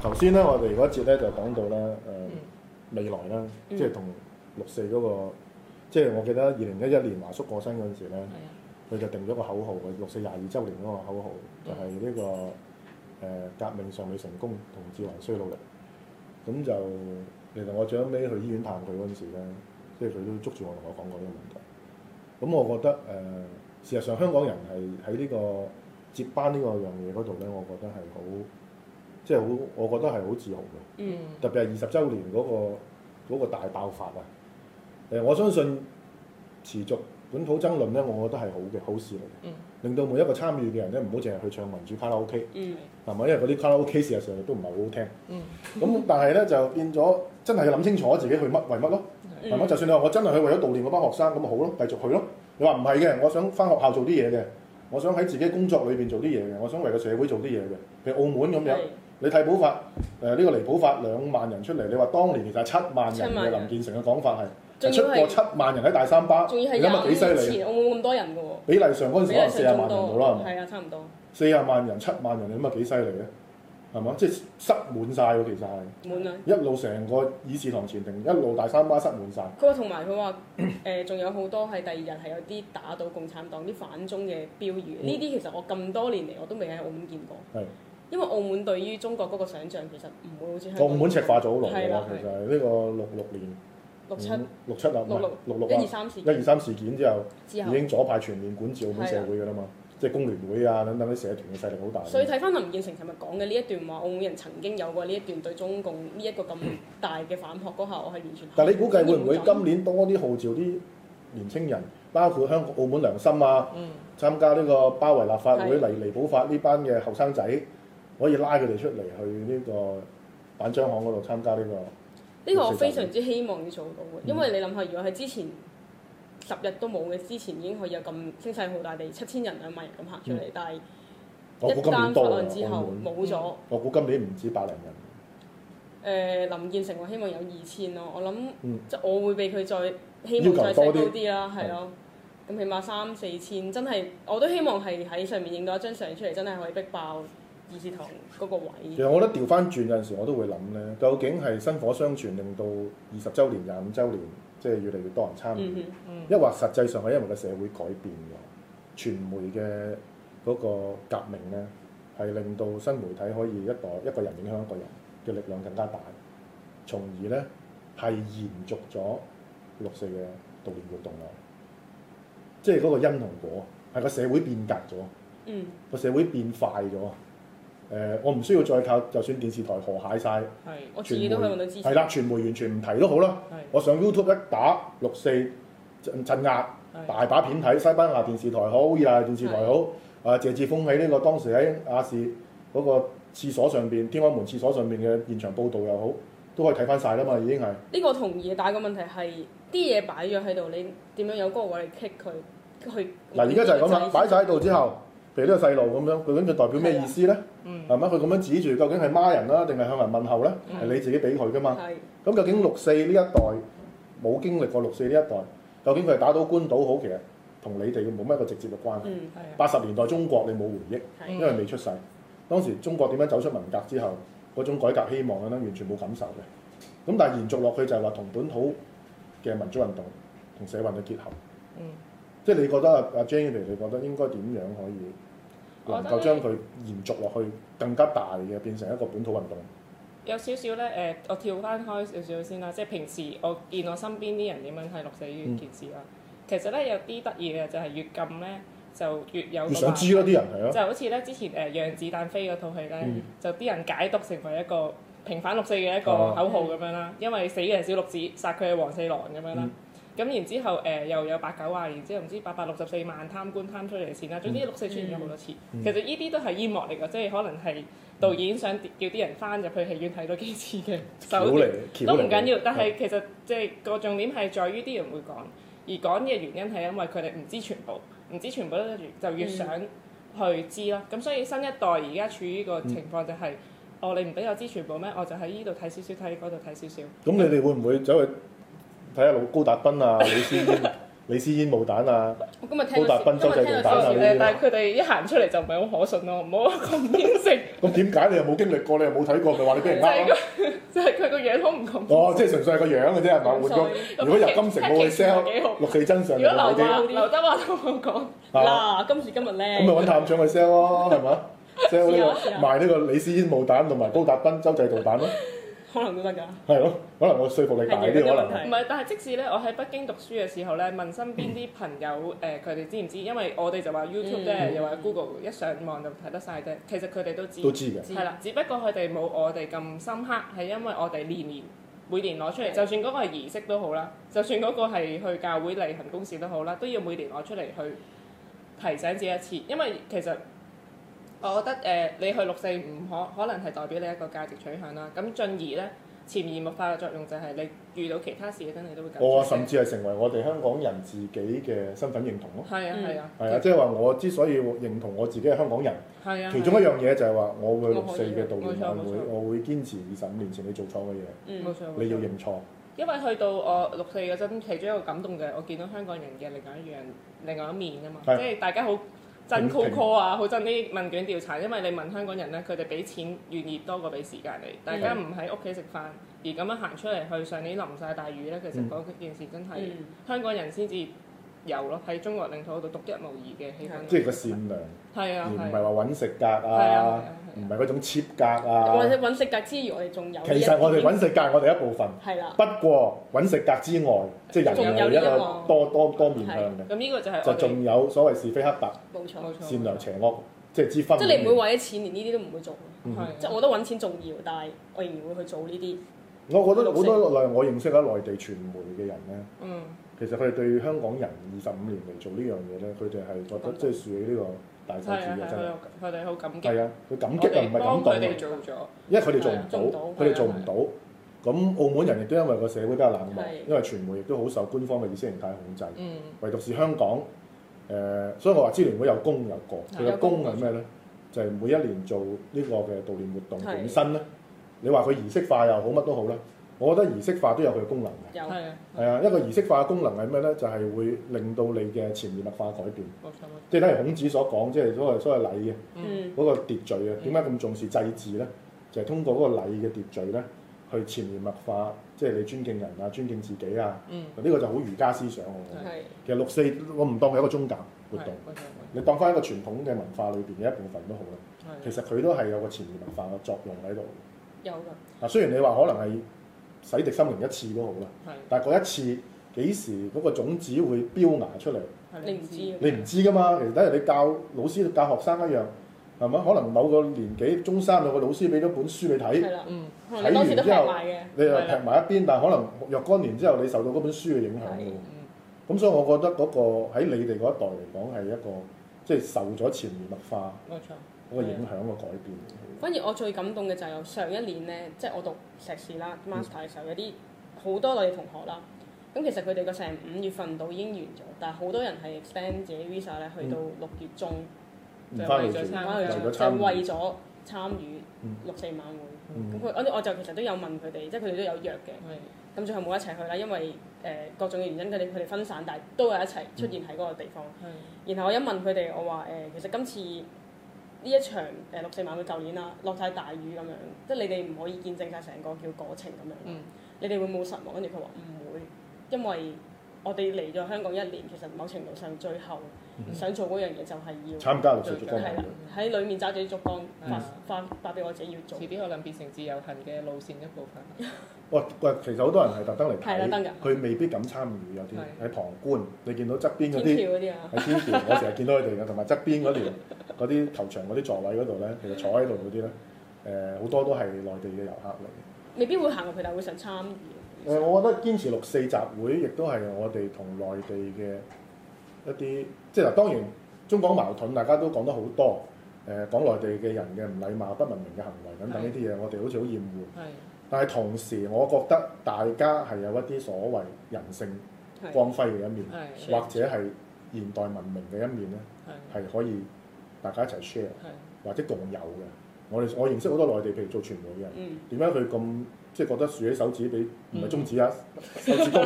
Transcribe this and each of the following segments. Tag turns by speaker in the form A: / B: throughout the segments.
A: 頭先咧，我哋嗰節咧就講到啦，誒、未來啦，
B: 嗯
A: 即係同六四嗰、個，即係我記得二零一一年華叔過身嗰陣時咧，
B: 係啊，
A: 佢就定咗個口號嘅，六四廿二週年嗰個口號就係呢、個誒、革命尚未成功，同志還需努力。咁就其實我最後尾去醫院探佢嗰陣時咧，即係佢都捉住我同我講過呢個問題。咁我覺得誒、呃事實上香港人係喺呢個接班呢個樣嘢嗰度咧，我覺得係好，即係好，我覺得係好自豪嘅。
B: 嗯
A: 特別係二十週年嗰、個嗰、個大爆發啊！誒、我相信持續本土爭論咧，我覺得係好嘅好事嚟嘅，
B: 嗯
A: 令到每一個參與嘅人咧，唔好淨係去唱民主卡拉 OK，
B: 嗯
A: 係咪？因為嗰啲卡拉 OK 事實上亦都唔係好好聽。
B: 嗯
A: 咁但係咧就變咗真係要諗清楚自己去乜為乜咯，
B: 嗯
A: 係咪？就算你話我真係去為咗悼念嗰班學生咁咪好咯，繼續去咯。你話唔係嘅，我想翻學校做啲嘢嘅，我想喺自己工作裏邊做啲嘢嘅，我想為個社會做啲嘢嘅，譬如澳門咁樣。
B: 嗯
A: 你睇普法誒呢、個離普法兩萬人出嚟，你話當年其實係七萬人
B: 七
A: 嘅
B: 萬人
A: 林建成嘅講法係，係出
B: 仲要係
A: 過七萬人喺大三巴，
B: 仲
A: 你
B: 要係
A: 諗下幾犀利？
B: 廿五年
A: 啊
B: 前，我冇咁多人嘅喎，
A: 比例上嗰陣時可能四
B: 上
A: 十萬人到啦，係咪？
B: 係啊，差唔多
A: 四十萬人、七萬人，你諗下幾犀利咧？係嘛？即係塞滿晒喎，其實係
B: 滿啊。
A: 一路成個議事堂前庭，一路大三巴塞滿晒。
B: 佢話同埋佢話誒，仲有好多係第二日係有啲打倒共產黨啲反中嘅標語，
A: 嗯
B: 呢啲其實我咁多年嚟我都未喺澳門見過，
A: 係
B: 因為澳門對於中國嗰個想像其實唔會好似香港
A: 澳門赤化咗好耐
B: 係
A: 㗎啦
B: 啦，，
A: 其實
B: 係
A: 係呢個六六年、
B: 六七
A: 五六七啊，唔係
B: 六六
A: 六六
B: 一
A: 啊
B: 二，三事
A: 一
B: 件
A: 二三事件之後。
B: 之
A: 已
B: 後，
A: 經左派全面管治澳門社會㗎啦嘛，即係工聯會啊等等啲社團嘅勢力好大。
B: 所以睇翻林建成琴日講嘅呢一段話，澳門人曾經有過呢一段對中共呢一個 咁大嘅反撲嗰下，我係完全
A: 但係你估計會唔會
B: 感
A: 今年多啲號召啲年青人，包括香港、澳門良心啊，
B: 嗯
A: 參加呢個包圍立法會、
B: 係
A: 嚟離保法呢班嘅後生仔，可以拉佢哋出嚟去呢個板張行嗰度參加呢、個？
B: 呢個我非常之希望要做到嘅，因為你諗下，如果喺之前十日都冇嘅之前，已經可以有咁聲勢浩大地七千人兩萬人咁行出嚟，但係
A: 嗯我
B: 一
A: 估今年
B: 單
A: 多
B: 法
A: 啊
B: 案之，
A: 澳
B: 後
A: 門。
B: 冇咗。
A: 我估今年唔止百零人。
B: 誒、呃林建成我希望有二千咯，我諗、
A: 嗯
B: 即係我會俾佢再希望
A: 要
B: 再
A: 求
B: 寫
A: 多啲嗯
B: 高啲啦，係咯。咁起碼三四千，真係我都希望係喺上面影到一張相出嚟，真係可以逼爆議事堂嗰個位。
A: 其實我覺得調翻轉有陣時我都會諗咧，究竟係薪火相傳，令到二十週年、廿五週年，即係越嚟越多人參與。
B: 嗯哼，
A: 抑或實際上係因為個社會改變咗，傳媒嘅嗰個革命咧，係令到新媒體可以一代一個人影響一個人嘅力量更加大，從而咧係延續咗六四嘅悼念活動啦。啊即係嗰個因同果，係個社會變革咗，
B: 嗯，
A: 個社會變快咗。誒、我唔需要再靠，就算電視台河蟹晒，
C: 係
B: 我自己都可以揾到支持。
A: 係啦，傳媒完全唔提都好啦。
C: 係
A: 我上 YouTube 一打六四鎮鎮壓。
C: 係啊
A: 大把片睇，西班牙電視台好，意大利電視台好，啊謝志峰喺呢個當時喺亞視嗰個廁所上邊，天安門廁所上邊嘅現場報導又好，都可以睇翻晒啦嘛，已經係
B: 呢個我同意，但係個問題係啲嘢擺咗喺度，你點樣有嗰個位嚟 kick 佢去？
A: 嗱，而家就係咁啦，擺晒喺度之後，譬如呢個細路咁樣，究竟佢代表咩意思咧？
C: 嗯
A: 係咪佢咁樣指住，究竟係孖人啦，定係向人問候咧？係你自己俾佢噶啊嘛？
B: 係
A: 咁究竟六四呢一代冇經歷過六四呢一代，究竟佢係打到官島好，其實同你哋冇乜一個直接嘅關係。
B: 嗯
C: 係啊
A: 八十年代中國你冇回憶。
C: 嗯
A: 因
B: 係
A: 為未出世。當時中國點樣走出文革之後，嗰種改革希望咧，完全冇感受嘅。咁但係延續落去就係話同本土嘅民主運動同社運嘅結合。
C: 嗯
A: 即係你覺得啊阿 Jenny，你覺得應該點樣可以
C: 我
A: 能
C: 覺得
A: 夠
C: 咧
A: 將佢延續落去更加大嘅，變成一個本土運動？
C: 有少少咧誒、我跳翻開少少先啦，即係平時我見我身邊啲人點樣睇六四呢件事啦。
A: 嗯
C: 其實咧有啲得意嘅就係越禁咧就越有
A: 越
C: 個
A: 想
C: 話
A: 知咯，啲人係咯，
C: 就好似咧之前誒、讓子彈飛嗰套戲咧，
A: 嗯
C: 就啲人解讀成為一個平反六四嘅一個
A: 哦
C: 口號咁樣啦，因為死嘅係小六子，殺佢係黃四郎咁樣啦
A: 嗯。
C: 咁、然之後誒、又有八九啊，然之後唔知八百六十四萬貪官貪出嚟嘅錢啦，總之六四出現咗好多次。
A: 嗯
C: 其實呢啲都係煙幕嚟㗎，即係可能係導演想叫啲人翻入去戲院睇多幾次嘅
A: 橋
C: 手段
A: 嚟。橋嚟
C: 都唔緊要，但係其實即係個重點係在於啲人會講，而講嘅原因係因為佢哋唔知全部，唔知全部咧就越想去知咯。咁所以新一代而家處於個
A: 嗯
C: 情況就係、哦，你唔俾我知全部咩？我就喺呢度睇少少，睇嗰度睇少少。
A: 咁你哋會唔會走去睇下老高達斌啊、李思嫣、李思煙冇蛋啊，
B: 我今日聽
A: 高
B: 到
A: 達賓
B: 今
A: 州
B: 日聽
A: 製造
B: 到
A: 蛋
B: 少
A: 啊
B: 少
A: 呢
C: 誒
A: 啲，
C: 但係佢哋一行出嚟就唔係好可信咯，唔 好咁偏食，
A: 咁點解你又冇經歷過？你又冇睇過，咪話你俾人呃咯？
C: 就係佢個樣好唔咁。
A: 哦，即係純粹係個樣嘅啫，係咪？換咗如果入金城冇去 sell
C: 幾好
A: 六四真相
C: 如
A: 就
C: 果
A: 好
C: 劉
A: 啲
C: 華，劉德華同我講，
A: 係嘛？
B: 嗱，今時今日咧，
A: 啊咁咪揾探長去 sell 咯，係咪 ？sell 呢
B: 試下試
A: 個
B: 下
A: 賣呢個李思煙冇蛋同埋高達賓州製造蛋咯，
B: 可能都得㗎。
A: 係咯，可能我說服力大啲，
B: 係
A: 可
B: 有啲問
A: 能
B: 題
A: 係
C: 唔係，但係即使咧，我喺北京讀書嘅時候咧，問身邊啲朋友誒，佢哋知唔知？因為我哋就話 YouTube 咧，
B: 嗯
C: 又話 Google 一上網就睇得晒啫。其實佢哋都知，
A: 都知嘅。
C: 係啦。只不過佢哋冇我哋咁深刻，係因為我哋年年每年攞出嚟，就算嗰個係儀式都好啦，就算嗰個係去教會例行公事都好啦，都要每年攞出嚟去提醒自己一次。因為其實我覺得誒、你去六四唔可可能係代表你一個價值取向啦。咁進而咧，潛移默化嘅作用就係你遇到其他事嘅真你都會咁。
A: 我話啊甚至係成為我哋香港人自己嘅身份認同咯。
C: 係啊係啊，
A: 係啊，即係話我之所以認同我自己係香港人，
C: 係啊，
A: 其中一樣嘢就係話我會六四嘅悼
C: 冇
A: 念
C: 錯
A: 晚
C: 冇
A: 會，
C: 錯
A: 我會堅持二十五年前你做錯嘅嘢，
B: 嗯
C: 冇，錯冇錯
A: 你要認錯。
C: 因為去到我六四嗰陣，其中一個感動就係我見到香港人嘅另外一樣、另外一面啊嘛，即
A: 係
C: 係大家好憎
A: 平
C: call
A: 平
C: call 啊，好憎啲問卷調查，因為你問香港人咧，佢哋俾錢願意多過俾時間你，大家唔喺屋企食飯，而咁樣行出嚟去上年淋晒大雨咧，其實
A: 嗯
C: 嗰件事真係、
B: 嗯
C: 香港人先至有咯，喺中國領土度獨一無二嘅氣氛，
A: 即係個善良，而
C: 係啊
A: 唔係
C: 係
A: 話
C: 啊
A: 揾食格
C: 係啊
A: 啊，
C: 係
A: 唔
C: 啊，
A: 係嗰種 cheap 格
C: 嗯
A: 啊
B: 或。者揾食格之餘，我哋仲有呢一
A: 其實我哋
B: 點
A: 揾食格係我哋一部分，
B: 係啦，
A: 不過揾食格之外，即係人有一
B: 仲有呢一
A: 個
B: 個
A: 多多多面向嘅，
C: 咁呢個就係
A: 嗯就
C: 我哋
A: 仲有所謂是非黑白、
B: 冇錯
C: 冇。錯
A: 善良邪惡，即係之分。
B: 哦即係你唔會為咗錢，連呢啲都唔會做。
A: 嗯
C: 係
B: 即係我覺得揾錢重要，但係我仍然會去做呢啲。
A: 我覺得好多內我認識喺內地傳媒嘅人咧，
C: 嗯。
A: 其實佢哋對香港人二十五年嚟做呢樣嘢咧，佢哋係覺得即係樹起呢個大手
C: 係啊
A: 指嘅真係。
C: 係，佢哋好感激。
A: 係啊，佢感激啊，唔係感
C: 我哋幫
A: 動
C: 佢
A: 啊
C: 哋，做咗，
A: 因為佢哋做
B: 係啊做
A: 唔
B: 唔
A: 到
B: 到，
A: 佢哋做唔到。咁澳門人亦都因為個社會比較冷漠，
B: 係
A: 因為傳媒亦都好受官方嘅意識形態控制。
C: 嗯，
A: 唯獨是香港誒、所以我話支聯會有功有過。
C: 係
A: 佢嘅功係咩咧？就係、每一年做呢個嘅悼念活動
B: 係
A: 本身咧，你話佢儀式化又好乜都好啦，我覺得儀式化都有佢嘅功能嘅。
B: 有
C: 係啊，
A: 係啊，一個儀式化嘅功能係咩咧？就係、會令到你嘅潛移默化改變，
C: 冇錯冇錯，
A: 即係等於孔子所講，即係所謂所謂禮嘅
C: 嗯，
B: 嗯
A: 嗰、個秩序啊。點解咁重視祭祀咧？就係、通過嗰個禮嘅秩序咧，去潛移默化，即係你尊敬人啊、尊敬自己啊。
C: 嗯，
A: 呢、個就好儒家思想我覺得
B: 係
A: 其實六四我唔當佢係一個宗教活動，
C: 係冇錯冇
A: 你當翻一個傳統嘅文化裏邊嘅一部分都好啦。
C: 錯，
A: 其
C: 係
A: 實佢都係有個潛移默化嘅作用喺度。
B: 有㗎。
A: 嗱，雖然你話可能係洗滌心靈一次都好啦，
C: 係
A: 但係嗰一次幾時嗰個種子會飆芽出嚟，
C: 係
B: 你唔知㗎
A: 你唔知噶嘛。其實等於你教老師教學生一樣，係咪？可能某個年紀中三有個老師俾咗本書你睇
B: 係，啦，
C: 嗯，
B: 可能你當時都
A: 睇
B: 劈
A: 完
B: 埋嘅。
A: 你又
C: 係
A: 劈
C: 啦
A: 埋一邊，但係可能若干年之後你受到嗰本書嘅影響㗎喎
C: 嗯
A: 咁所以我覺得嗰個喺你哋嗰一代嚟講係一個即係受咗潛移默化
C: 冇錯，
A: 嗰個影響嘅改變。
B: 反而我最感動嘅就係我上一年咧，即係我讀碩士啦、master
A: 嗯
B: 嘅時候，有啲好多我哋同學啦。咁其實佢哋個成五月份到已經完咗，但係好多人係 extend 自己 visa 咧，去到六月中，
A: 唔翻嗯去
C: 就係為咗
A: 住，
C: 參
B: 翻去
A: 為咗參與
B: 就係為咗參與
A: 嗯
B: 六四晚會。咁
A: 嗯
B: 佢我我就其實都有問佢哋，即係佢哋都有約嘅。
C: 係
B: 咁最後冇一齊去啦，因為誒、呃各種嘅原因，佢哋佢哋分散，但係都有一齊出現喺嗰個地方。
C: 係
A: 嗯
B: 然後我一問佢哋，我話誒、呃其實今次呢一場誒、呃六四晚會舊年啦，落太大雨咁樣，即係你哋唔可以見證晒成個叫過程咁樣。
C: 嗯
B: 你哋會冇失望？跟住佢話唔會，因為我哋嚟咗香港一年，其實某程度上最後
C: 嗯
B: 想做嗰樣嘢就係要
A: 參加六四燭光
B: 係
A: 晚
B: 啦
A: 會。，
B: 喺裡面揸住啲燭光發
C: 嗯
B: 發發俾我自己要做，
C: 遲啲可能變成自由行嘅路線一部分，
A: 哇！喂，其實好多人係特登嚟
B: 係特登
A: 睇
B: 㗎，
A: 佢未必敢參與，有啲
C: 係
A: 喺旁觀，你見到側邊
B: 天橋
A: 嗰啲
B: 嗰啲啊，
A: 喺天橋，我成日見到佢哋嘅，同埋側邊嗰條嗰啲球場嗰啲座位嗰度咧，其實坐喺度嗰啲咧，誒、好多都係內地嘅遊客嚟嘅。
B: 未必會行入去，但係會想參與。
A: 誒，我覺得堅持六四集會，亦都係我哋同內地嘅一啲，即係嗱當然中港矛盾，大家都講得好多。誒、講內地嘅人嘅唔禮貌、不文明嘅行為等等呢啲嘢，我哋好似好厭惡。
C: 係
A: 但係同時，我覺得大家係有一啲所謂人性
B: 係
A: 光輝嘅一面，
C: 係
B: 係
A: 或者係現代文明嘅一面咧，
C: 係
A: 係可以大家一齊 share
C: 係
A: 或者共有嘅。我哋我認識好多內地，譬如做傳媒嘅人，
B: 嗯
A: 點解佢咁即係覺得豎起手指俾唔係中指啊，手指公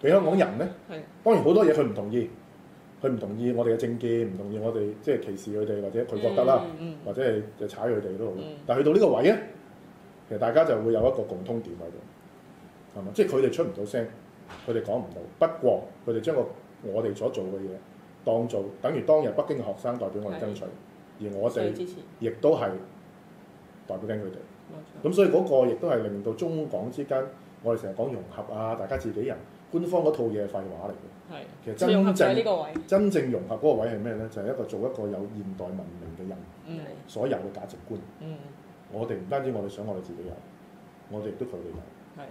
A: 俾香港人咧
C: 係，
A: 當然好多嘢佢唔同意，佢唔同意我哋嘅政見，唔同意我哋即係歧視佢哋，或者佢覺得啦，
C: 嗯
A: 或者係就踩佢哋都好啦
C: 嗯。
A: 但係去到呢個位咧，其實大家就會有一個共通點喺度，係嘛？即係佢哋出唔到聲，佢哋講唔到。不過佢哋將個我哋所做嘅嘢當做等於當日北京嘅學生代表我哋爭取，而我
B: 所以
A: 哋
B: 支持。
A: 亦都係代表緊佢哋。
C: 冇錯
A: 咁所以嗰個亦都係令到中港之間，我哋成日講融合啊，大家自己人，官方嗰套嘢係廢話嚟嘅。
C: 係
A: 其實
B: 所以融合
A: 真
B: 就喺呢
A: 正
B: 個位。
A: 真正融合嗰個位係咩呢？就係、一個做一個有現代文明嘅人
C: 嗯
B: 係
A: 所有嘅價值觀。
C: 嗯
A: 我哋唔單止我哋想我哋自己有，我哋亦都佢哋有，
C: 係，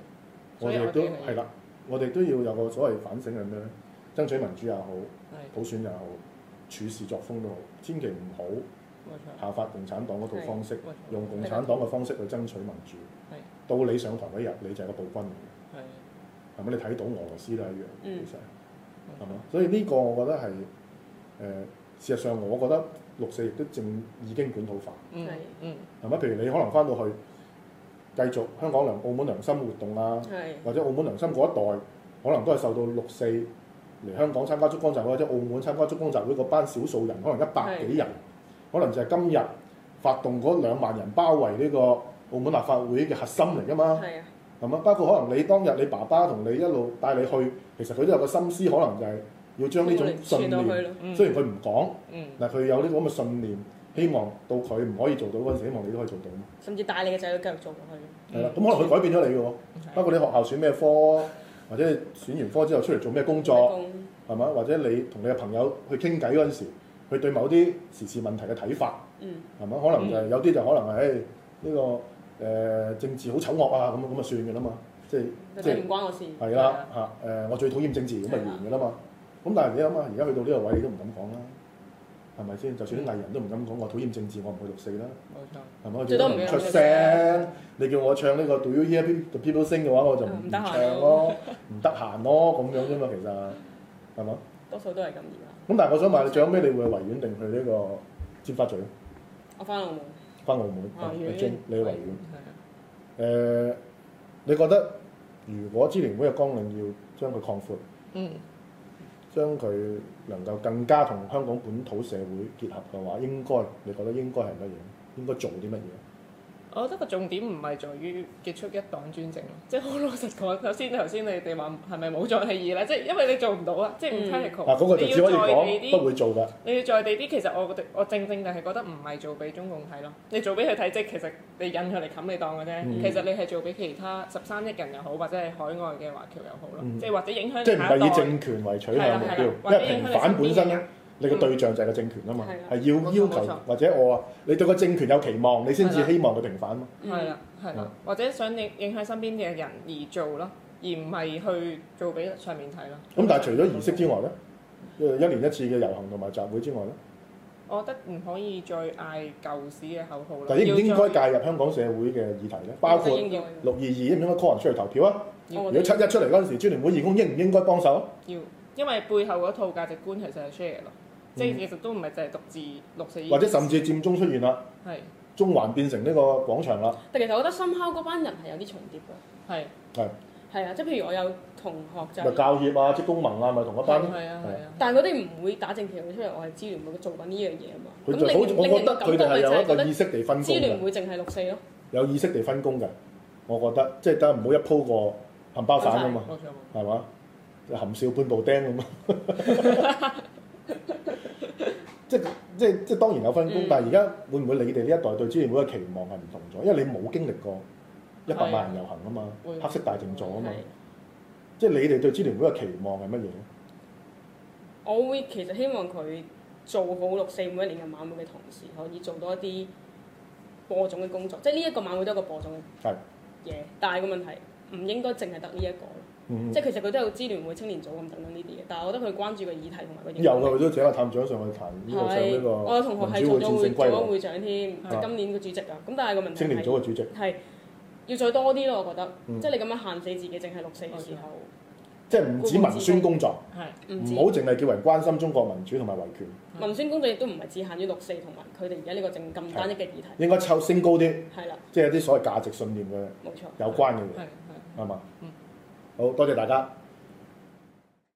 A: 我
C: 所以
A: 哋亦都
C: 係
A: 係啦，我哋都要有個所謂反省係咩呢？爭取民主也好，
C: 係
A: 普選也好，處事作風都好，千祈唔好
C: 冇錯
A: 效法共產黨嗰套方式。
C: 冇錯
A: 用共產黨嘅方式去爭取民主
C: 係。
A: 到你上台嗰日，你就係個暴君嚟嘅，
C: 係
A: 係咪？你睇到俄羅斯都係一樣，
B: 嗯
A: 其實
C: 冇
A: 係
C: 錯
A: 嘛？所以呢個我覺得係誒、呃事實上我覺得六四亦都正已經本土化，
C: 嗯
B: 係
C: 嗯
A: 係咪？譬如你可能翻到去繼續香港良、澳門良心活動啊，
B: 係
A: 或者澳門良心嗰一代，可能都係受到六四嚟香港參加燭光集會，或者澳門參加燭光集會嗰班少數人，可能一百幾人，可能就係今日發動嗰兩萬人包圍呢個澳門立法會嘅核心嚟㗎嘛，
B: 係啊，
A: 係嘛？包括可能你當日你爸爸同你一路帶你去，其實佢都有個心思，可能就係要將呢種信
B: 傳落去
A: 念，
B: 咯。
C: 嗯
A: 雖然佢唔講，
C: 嗯
A: 但係佢有呢個咁嘅信念，希望到佢唔可以做到嗰陣時，希望你都可以做到嘛。
B: 甚至帶你嘅仔女繼續做落去。
A: 係啦，咁可能佢改變咗你嘅喎。
C: 係
A: 包括你學校選咩科，或者你選完科之後出嚟做咩工作，
B: 工
A: 係嘛？或者你同你嘅朋友去傾偈嗰陣時，佢對某啲時事問題嘅睇法，
B: 嗯
A: 係嘛？可能就係、有啲就可能係唉呢個誒、呃政治好醜惡啊，咁咁就算嘅啦嘛，即係
B: 就
A: 即
B: 係
A: 係
B: 唔關我事。
A: 係啦嚇呃誒，我最討厭政治咁咪完嘅啦嘛。咁但係你諗下，而家去到呢個位，你都唔敢講啦，係咪先？就算啲藝人都唔敢講，我討厭政治，我唔去六四啦，
C: 冇錯
A: 係咪？我
B: 最多唔
A: 唔
B: 敢
A: 出
B: 出
A: 聲
B: 聲。
A: 你叫我唱呢、個 Do You Hear The People Sing 嘅話，我就
B: 啊
A: 唔
B: 唔得閒咯
A: 唱咯， 唔得閒咯，咁樣啫嘛，其實係嘛？
B: 多數都係咁而家。
A: 咁但係我想問你，最後尾你會去維園定去呢個尖沙咀
B: 我翻澳門，
A: 翻澳門？
B: 啊
C: 維園
A: 你啊你去維園？誒、
C: 係啊
A: 你覺得如果支聯會嘅綱領要將佢擴闊，
C: 嗯
A: 將佢能夠更加同香港本土社會結合嘅話，應該你覺得應該係乜嘢？應該做啲乜嘢？
C: 我覺得個重點唔係在於結束一黨專政咯，即係好老實講。首先頭先你哋話係咪冇再起義咧？即係因為你做唔到啊，即係唔
B: 嗯
C: practical、
A: 嗱，嗰個就
C: 你
A: 只可以
C: 要在地
A: 講
C: 啲
A: 不會做㗎。
C: 你要在地啲，其實我覺得我正正就係覺得唔係做俾中共睇咯，你做俾佢睇即係其實你引佢嚟冚你檔嘅啫。
A: 嗯
C: 其實你係做俾其他十三億人又好，或者係海外嘅華僑又好咯，
A: 嗯
C: 即係或者影響
A: 即係
C: 你
A: 唔
C: 下
A: 係
C: 一代
A: 以。政權為取向目標，
C: 係啦係啦啊
A: 因為平反本身咧，你個
C: 嗯
A: 對象就係個政權啊嘛
B: 係，啦
A: 係要要
C: 冇錯冇
A: 求
C: 錯
A: 或者我話你對個政權有期望，你先
C: 係
A: 至
C: 啦
A: 希望佢平反嘛。
B: 嗯
C: 係啦，係啦，或者想影影響身邊嘅人而做咯，而唔係去做俾上面睇咯。
A: 咁但係除
C: 嗯
A: 咗儀式之外咧，呃一年一次嘅遊行同埋集會之外咧，
C: 我覺得唔可以再嗌舊時嘅口號啦。
A: 但係應唔應該
C: 嗯要再嗯
A: 介入香港社會嘅議題咧？包括
B: 我覺得
A: 六
B: 應該
A: 二二應唔應該 call 人出嚟投票啊？
C: 要
A: 如
B: 我
A: 果
B: 覺
A: 七
B: 得
A: 一出嚟嗰陣時，專聯會義工應唔應該幫手啊？
C: 要，因為背後嗰套價值觀其實係 share 咯，即係
A: 嗯
C: 其實都唔係淨係獨自六四，
A: 或者甚至佔中出現啦，
C: 係
A: 中環變成呢個廣場啦，
B: 但其實我覺得深烤嗰班人係有啲重疊㗎。
C: 係
B: 係啊，即係譬如我有同學就
A: 咪
B: 係，
A: 教協啊、職工盟啊，咪同一班咯。
C: 係啊係啊，
B: 但係佢哋唔會打正旗號出嚟，我係支聯會做緊呢樣嘢啊嘛。
A: 佢
B: 咁
A: 就好，
B: 令
A: 我
B: 令
A: 覺
B: 人
A: 得
B: 嘅
A: 佢哋
B: 感覺
A: 係
B: 咪就
A: 有
B: 係
A: 一
B: 覺
A: 個
B: 得
A: 意識地分工
B: 支
A: 嘅
B: 聯。會淨係六四咯。
A: 有意識地分工嘅，我覺得即係得唔好一鋪過冚包散啊嘛，
C: 冇錯冇錯。
A: 係嘛？含笑半步釘咁啊！啊 即即即當然有分工，
B: 嗯
A: 但係而家會唔會你哋呢一代對支聯會嘅期望係唔同咗？因為你冇經歷過一百萬人遊行啊嘛，
C: 會
A: 黑色大靜坐啊嘛
B: 係，
A: 即係你哋對支聯會嘅期望係乜嘢咧？
B: 我會其實希望佢做好六四每一年嘅晚會嘅同時，可以做多一啲播種嘅工作，即係呢一個晚會都有一個播種嘅
A: 係
B: 嘢，但係個問題唔應該淨係得呢一個咯，
A: 嗯
B: 即，係其實佢都有支聯會青年組咁等等呢啲嘢，但係我覺得佢關注嘅議題同埋個影
A: 有㗎，
B: 響
A: 佢
B: 力。
A: 都請阿探長上去彈呢個上呢
B: 我有同
A: 個
B: 學
A: 民
B: 係
A: 主
B: 做
A: 會
B: 咗
A: 戰勝
B: 會做
A: 歸
B: 咗
A: 來
B: 會長添，即係今年嘅主席啊。咁但係個問題
A: 青年
B: 係
A: 組嘅主席，
B: 係要再多啲咯，我覺得，
A: 嗯
B: 即係你咁樣限死自己，淨係六四嘅時候，
A: 即係唔止文宣工作，
C: 係
B: 唔
A: 唔
B: 止
A: 好淨係叫人關心中國民主同埋維權，
B: 文宣工作亦都唔係只限於六四同埋佢哋而家呢個政咁單一嘅議題，
A: 應該抽升高啲，
B: 係啦，
A: 即係有啲所謂價值信念嘅
B: 冇錯。
A: 有關嘅嘢
C: 係係
A: 係嘛
C: 嗯？
A: 好多謝大家。